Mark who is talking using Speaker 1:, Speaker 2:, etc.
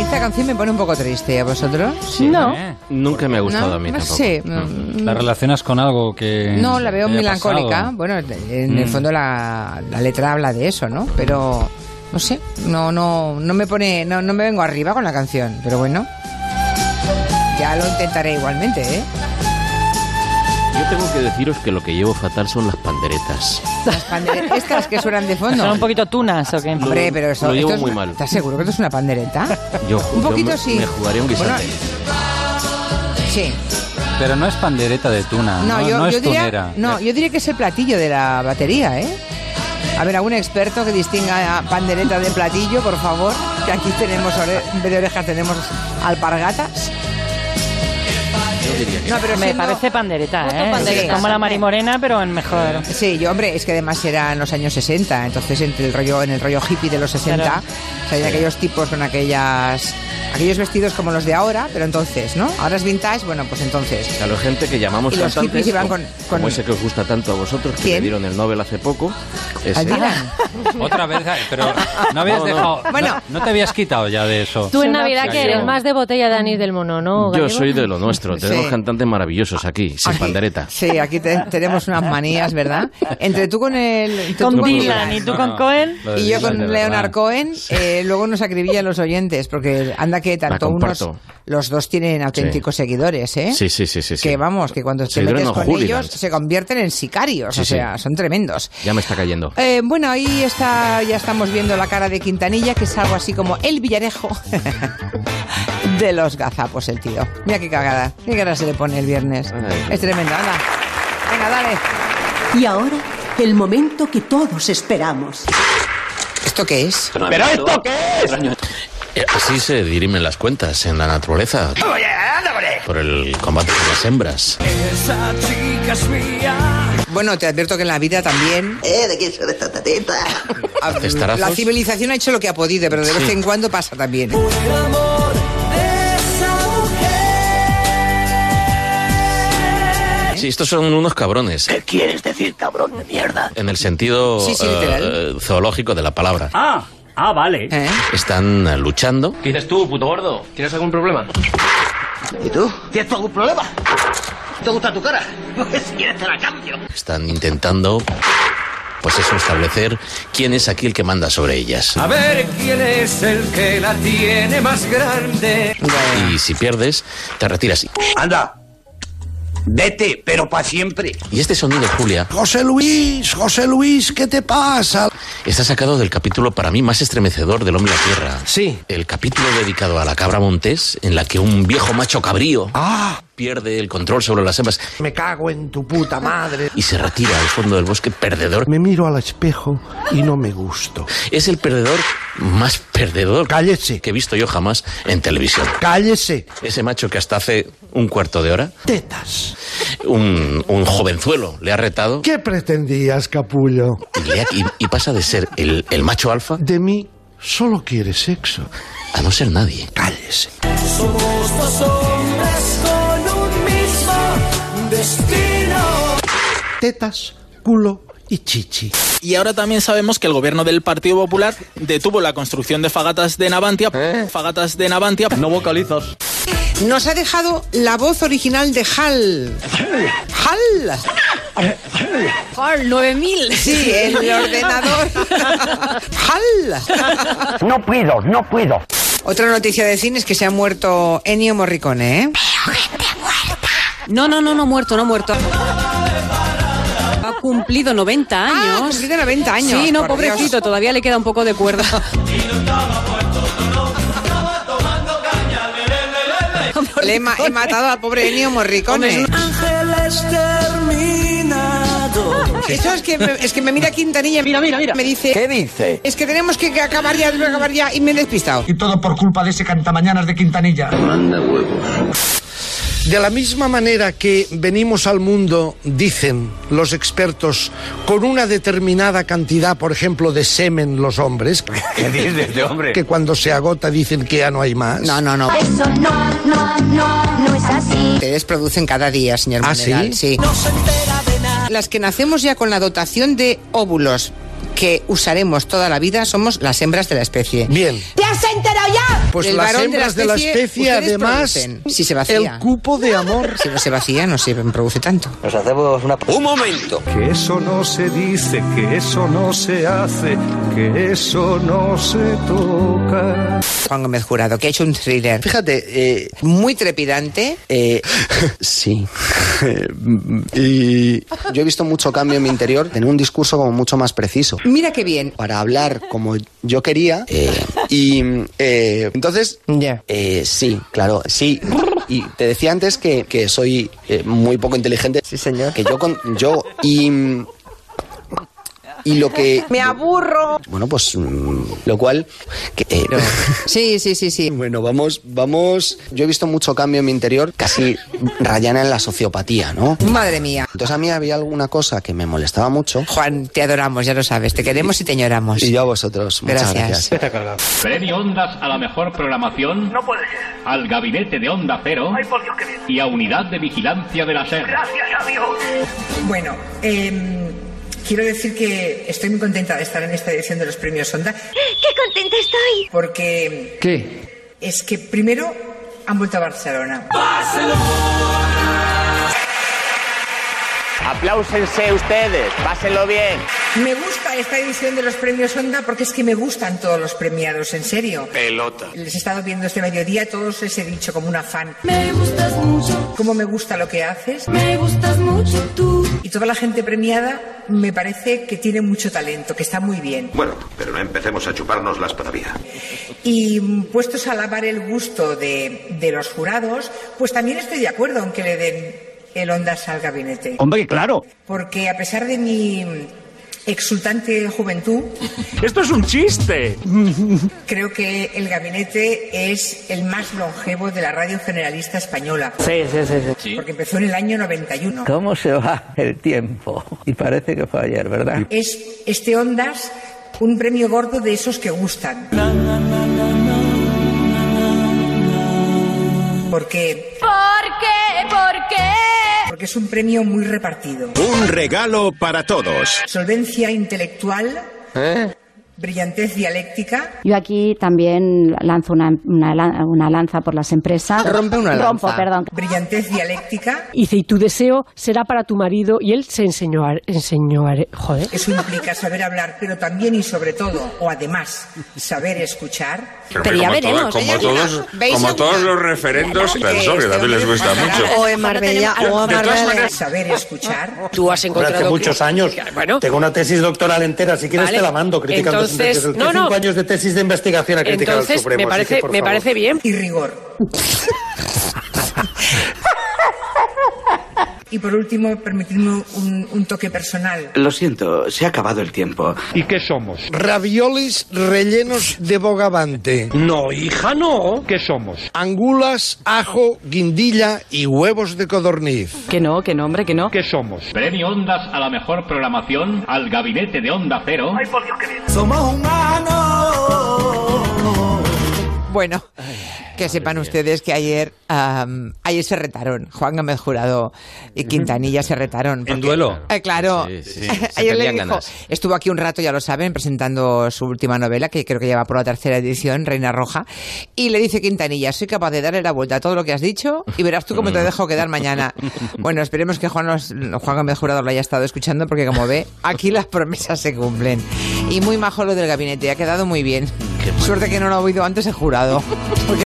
Speaker 1: esta canción me pone un poco triste. ¿A vosotros?
Speaker 2: No.
Speaker 3: ¿eh?
Speaker 4: Nunca me ha gustado
Speaker 1: no,
Speaker 4: a mí
Speaker 1: no
Speaker 4: tampoco. Mm.
Speaker 1: sé. mm,
Speaker 3: ¿La relacionas con algo que.?
Speaker 1: No, la veo
Speaker 3: te haya
Speaker 1: melancólica.
Speaker 3: pasado?
Speaker 1: Bueno, en el
Speaker 3: Mm.
Speaker 1: fondo la, la letra habla de eso, ¿no? Pero no sé, no, no, no me pone, no, no me vengo arriba con la canción, pero bueno. Ya lo intentaré igualmente, ¿eh?
Speaker 4: Yo tengo que deciros que lo que llevo fatal son las panderetas.
Speaker 1: Las panderetas estas que suenan de
Speaker 2: ¿Son
Speaker 1: fondo.
Speaker 2: un poquito tunas o qué?
Speaker 4: No.
Speaker 1: Hombre, pero eso,
Speaker 4: Lo llevo
Speaker 1: esto es
Speaker 4: muy
Speaker 1: una-
Speaker 4: mal.
Speaker 1: ¿Estás seguro que esto es una pandereta?
Speaker 4: Yo,
Speaker 1: Un
Speaker 4: yo
Speaker 1: poquito
Speaker 4: me,
Speaker 1: sí.
Speaker 4: me jugaría un
Speaker 1: Bueno,
Speaker 4: guisante.
Speaker 1: Sí.
Speaker 3: Pero no es pandereta de tuna.
Speaker 1: No,
Speaker 3: No,
Speaker 1: yo,
Speaker 3: Ah, no es
Speaker 1: yo diría,
Speaker 3: tunera.
Speaker 1: no, yo diría que es el platillo de la batería, ¿eh? A ver, algún experto que distinga a pandereta de platillo, por favor. Que aquí tenemos, ore- en vez de orejas, tenemos alpargatas. No, pero
Speaker 2: Me
Speaker 1: siendo-
Speaker 2: parece pandereta, ¿eh?
Speaker 1: pandereta,
Speaker 2: Sí, Como la marimorena, pero en mejor.
Speaker 1: Sí, yo, hombre, es que además eran los años 60, entonces entre el rollo, en el rollo hippie de los 60,
Speaker 2: Claro.
Speaker 1: salían aquellos tipos con aquellas, aquellos vestidos como los de ahora, pero entonces, ¿no? Ahora es vintage, bueno, pues entonces.
Speaker 4: O sea, la gente que llamamos
Speaker 1: Y los
Speaker 4: cantantes,
Speaker 1: hippies iban
Speaker 4: como-
Speaker 1: con- con-
Speaker 4: como ese que os gusta tanto a vosotros, que
Speaker 1: ¿Quién?
Speaker 4: le dieron el Nobel hace poco. ese.
Speaker 1: Al
Speaker 5: Ah,
Speaker 1: Dylan.
Speaker 3: Otra vez, ay, pero no habías
Speaker 4: No, no.
Speaker 3: dejado.
Speaker 1: Bueno.
Speaker 3: Bueno. No, te habías quitado ya de eso.
Speaker 5: Tú en
Speaker 2: Suena
Speaker 5: Navidad que
Speaker 3: obsesivo.
Speaker 5: eres más de botella de anís del mono, ¿no?
Speaker 4: Yo
Speaker 5: gallego?
Speaker 4: soy de lo nuestro.
Speaker 1: Sí.
Speaker 4: Tenemos cantantes maravillosos aquí, sin
Speaker 1: Aquí-
Speaker 4: pandereta.
Speaker 1: Sí, aquí te- tenemos unas manías, ¿verdad? Entre tú con el... entre tú
Speaker 2: Con
Speaker 1: con
Speaker 2: Dylan y tú con Cohen.
Speaker 3: lo de
Speaker 1: Y yo
Speaker 3: Dylan,
Speaker 1: con
Speaker 3: de
Speaker 1: Leonard
Speaker 3: verdad.
Speaker 1: Cohen, eh, luego nos acribillan los oyentes, porque anda que tanto unos,
Speaker 4: comparto.
Speaker 1: los dos tienen auténticos seguidores, ¿eh?
Speaker 4: Sí, sí, sí, sí. sí.
Speaker 1: Que vamos, que cuando te
Speaker 4: Seguidores
Speaker 1: metes
Speaker 4: no,
Speaker 1: con ellos
Speaker 4: hooligans.
Speaker 1: se convierten en sicarios,
Speaker 4: Sí,
Speaker 1: o
Speaker 4: sí.
Speaker 1: sea, son tremendos.
Speaker 4: Ya me está cayendo.
Speaker 1: Eh, bueno, ahí está, ya estamos viendo la cara de Quintanilla, que es algo así como el villarejo de los gazapos, el tío. Mira qué cagada, qué cara se le pone el viernes.
Speaker 4: Ay.
Speaker 1: Es tremendo, anda. Venga, dale.
Speaker 6: Y ahora, el momento que todos esperamos.
Speaker 1: ¿Esto qué es?
Speaker 7: ¿Pero esto qué es?
Speaker 4: Eh, Así se dirimen las cuentas en la naturaleza. Por el combate de las hembras.
Speaker 1: Bueno, te advierto que en la vida también
Speaker 8: ¿Eh? ¿De quién son estas tetitas?
Speaker 1: Ah,
Speaker 4: Testarazos.
Speaker 1: La civilización ha hecho lo que ha podido, pero de vez
Speaker 4: Sí.
Speaker 1: en cuando pasa también.
Speaker 4: ¿Eh? Sí, estos son unos cabrones.
Speaker 7: ¿Qué quieres decir, cabrón de mierda?
Speaker 4: En el sentido
Speaker 1: Sí, sí, literal.
Speaker 4: eh, zoológico de la palabra.
Speaker 7: Ah, ah, vale.
Speaker 1: ¿Eh?
Speaker 4: Están eh, luchando.
Speaker 9: ¿Qué dices tú, puto gordo? ¿Tienes algún problema?
Speaker 8: ¿Y tú?
Speaker 7: ¿Tienes tú algún problema? ¿Te gusta tu cara? Pues si quieres te la cambio.
Speaker 4: Están intentando, pues eso, establecer quién es aquí el que manda sobre ellas.
Speaker 9: ver quién es el que la tiene más grande.
Speaker 4: Y si pierdes, te retiras.
Speaker 7: Anda. Vete, pero para siempre.
Speaker 4: Y este sonido, Julia,
Speaker 10: José Luis, José Luis, ¿qué te pasa?
Speaker 4: está sacado del capítulo para mí más estremecedor del Hombre a la Tierra.
Speaker 10: Sí.
Speaker 4: El capítulo dedicado a la cabra montés, en la que un viejo macho cabrío
Speaker 10: Ah,
Speaker 4: pierde el control sobre las hembras
Speaker 10: me cago en tu puta madre.
Speaker 4: y se retira al fondo del bosque perdedor.
Speaker 10: Me miro al espejo y no me gusto.
Speaker 4: Es el perdedor más perdedor
Speaker 10: Cállese,
Speaker 4: que he visto yo jamás en televisión.
Speaker 10: cállese.
Speaker 4: Ese macho que hasta hace un cuarto de hora,
Speaker 10: Tetas.
Speaker 4: un, un jovenzuelo le ha retado
Speaker 10: ¿Qué pretendías, capullo?
Speaker 4: y, le ha- y- y pasa de ser el, el macho alfa
Speaker 10: De mí solo quieres sexo.
Speaker 4: a no ser nadie.
Speaker 10: Cállese. Tetas, culo y chichi.
Speaker 11: Y ahora también sabemos que el gobierno del Partido Popular detuvo la construcción de fagatas de Navantia. Fagatas de Navantia. ¿Eh? No vocalizas.
Speaker 1: Nos ha dejado la voz original de Hal. Hal.
Speaker 5: ¡Joder, 9000!
Speaker 1: Sí, el ordenador. Hal.
Speaker 7: No puedo, no puedo.
Speaker 1: Otra noticia de cine es que se ha muerto Ennio Morricone, ¿eh?
Speaker 5: No, no, no, no muerto, no muerto. Ha cumplido 90
Speaker 1: Ah,
Speaker 5: años.
Speaker 1: cumplido 90 años.
Speaker 5: sí, no,
Speaker 1: por Dios.
Speaker 5: pobrecito, todavía le queda un poco de cuerda.
Speaker 1: Le he, ma- he matado al pobre Ennio Morricone. Eso es que, me, es que me mira Quintanilla. Mira, mira, mira. Me dice.
Speaker 7: ¿Qué dice?
Speaker 1: Es que tenemos que acabar ya, tenemos que acabar ya. Y me he despistado.
Speaker 10: Y todo por culpa de ese cantamañanas de Quintanilla.
Speaker 7: Manda huevos.
Speaker 10: De la misma manera que venimos al mundo, dicen los expertos, con una determinada cantidad, por ejemplo, de semen los hombres,
Speaker 7: ¿Qué dices de este hombre?
Speaker 10: que cuando se agota dicen que ya no hay más.
Speaker 1: No, no, no.
Speaker 6: Eso no, no, no, no es así.
Speaker 1: Ustedes producen cada día, señor
Speaker 10: ¿Ah,
Speaker 1: Monegal,
Speaker 10: sí?
Speaker 1: Las que nacemos ya con la dotación de óvulos que usaremos toda la vida somos las hembras de la especie.
Speaker 10: Bien.
Speaker 1: ¡Te has
Speaker 12: se ha enterado ya?
Speaker 11: Pues las hembras de la especie,
Speaker 13: ¿ustedes
Speaker 11: además,
Speaker 13: producen? Si se vacía.
Speaker 11: el cupo de amor.
Speaker 13: Si no se vacía, no se produce tanto.
Speaker 14: Nos hacemos una... ¡Un momento!
Speaker 15: Que eso no se dice, que eso no se hace, que eso no se toca.
Speaker 13: Juan Gómez Jurado, que ha hecho un thriller. Fíjate, eh, muy trepidante.
Speaker 10: Eh, sí. y yo he visto mucho cambio en mi interior, tener un discurso como mucho más preciso,
Speaker 13: Mira qué bien.
Speaker 10: para hablar como yo quería. eh, y eh, entonces, eh, sí, claro, sí. Y te decía antes que, que soy eh, muy poco inteligente. Sí, señor. Que yo con yo y mm, y lo que
Speaker 13: Me aburro.
Speaker 10: bueno pues mm, lo cual que, eh,
Speaker 13: Sí, sí, sí, sí.
Speaker 10: Bueno, vamos, vamos. Yo he visto mucho cambio en mi interior, casi rayana en la sociopatía, ¿no?
Speaker 13: Madre mía.
Speaker 10: Entonces a mí había alguna cosa que me molestaba mucho.
Speaker 13: Juan, te adoramos, ya lo sabes. Te queremos y te lloramos.
Speaker 10: Y yo a vosotros. Muchas
Speaker 13: Gracias.
Speaker 10: gracias.
Speaker 3: Premio Ondas a la mejor programación. No puede ser. Al gabinete de Onda Cero. Y a unidad de vigilancia de la SER.
Speaker 1: Bueno, eh, quiero decir que estoy muy contenta de estar en esta edición de los premios Onda. ¡Qué contenta estoy! Porque
Speaker 11: ¿Qué?
Speaker 1: es que primero han vuelto a Barcelona.
Speaker 16: Apláusense ustedes, pásenlo bien.
Speaker 1: Me gusta esta edición de los premios Onda porque es que me gustan todos los premiados, en serio.
Speaker 16: Pelota.
Speaker 1: Les he estado viendo este mediodía, todos les he dicho como una fan. Me gustas mucho. ¿Cómo me gusta lo que haces? Me gustas mucho tú. Y toda la gente premiada me parece que tiene mucho talento, que está muy bien.
Speaker 17: Bueno, pero no empecemos a chupárnoslas todavía.
Speaker 1: Y mm, puestos a alabar el gusto de, de los jurados, pues también estoy de acuerdo aunque le den el Ondas al gabinete.
Speaker 18: Hombre, claro.
Speaker 1: Porque a pesar de mi mm, exultante juventud,
Speaker 18: Esto es un chiste.
Speaker 1: creo que el gabinete es el más longevo de la radio generalista española.
Speaker 19: Sí, sí, sí, sí.
Speaker 1: Porque empezó en el año 91.
Speaker 19: ¿Cómo se va el tiempo? Y parece que fue ayer, ¿verdad?
Speaker 1: Es este Ondas un premio gordo de esos que gustan. Porque
Speaker 20: ¿Por qué? ¿Por qué?
Speaker 1: porque es un premio muy repartido.
Speaker 21: Un regalo para todos.
Speaker 1: Solvencia intelectual,
Speaker 22: ¿Eh?
Speaker 1: brillantez dialéctica.
Speaker 6: Yo aquí también lanzo una, una lan- una lanza por las empresas. Rompo, perdón.
Speaker 1: Brillantez dialéctica.
Speaker 2: Dice, y tu deseo será para tu marido. Y él se enseñó a... Enseñó a- joder.
Speaker 1: Eso implica saber hablar, pero también y sobre todo, o además, saber escuchar.
Speaker 22: Pero, hombre, como todo- como
Speaker 2: ¿eh?
Speaker 22: todos, como todos los referendos, claro, sobre,
Speaker 1: este
Speaker 22: también les gusta mucho.
Speaker 1: en
Speaker 23: Marbella, o en De todas Marbella. maneras-
Speaker 1: Saber escuchar.
Speaker 23: Tú has
Speaker 11: Pero
Speaker 23: encontrado...
Speaker 11: hace muchos años. Tengo una tesis doctoral entera. Si quieres
Speaker 23: Vale.
Speaker 11: te la mando criticando
Speaker 23: Entonces,
Speaker 11: siempre que es el
Speaker 23: no,
Speaker 11: que
Speaker 23: no.
Speaker 11: cinco años de tesis de investigación a criticar al
Speaker 23: Entonces,
Speaker 11: Supremo.
Speaker 23: me
Speaker 11: así
Speaker 23: parece,
Speaker 11: que, por
Speaker 23: me
Speaker 11: favor.
Speaker 23: parece bien.
Speaker 1: Y rigor. Y por último, permitidme un, un toque personal.
Speaker 4: Lo siento, se ha acabado el tiempo. ¿Y qué somos?
Speaker 11: Raviolis rellenos de bogavante. No, hija, no. ¿Qué somos? Angulas, ajo, guindilla y huevos de codorniz.
Speaker 3: Que no, que no, hombre, que no. ¿Qué somos? Premio Ondas a la mejor programación. Al gabinete de Onda Cero.
Speaker 13: Somos humanos. Bueno, que sepan ustedes que ayer am, ayer se retaron. Juan Gómez Jurado y Quintanilla se retaron. porque-
Speaker 24: duelo?
Speaker 13: Eh, claro.
Speaker 24: Sí, sí. Se
Speaker 13: ayer le
Speaker 24: perdían
Speaker 13: dijo,
Speaker 24: ganas.
Speaker 13: estuvo aquí un rato, ya lo saben, presentando su última novela, que creo que lleva por la tercera edición, Reina Roja. Y le dice Quintanilla, soy capaz de darle la vuelta a todo lo que has dicho y verás tú cómo te dejo quedar mañana. Bueno, esperemos que Juan, los- Juan Gómez Jurado lo haya estado escuchando, porque como ve, aquí las promesas se cumplen. Y muy majo lo del gabinete, ha quedado muy bien. Suerte que no lo ha oído antes el jurado. porque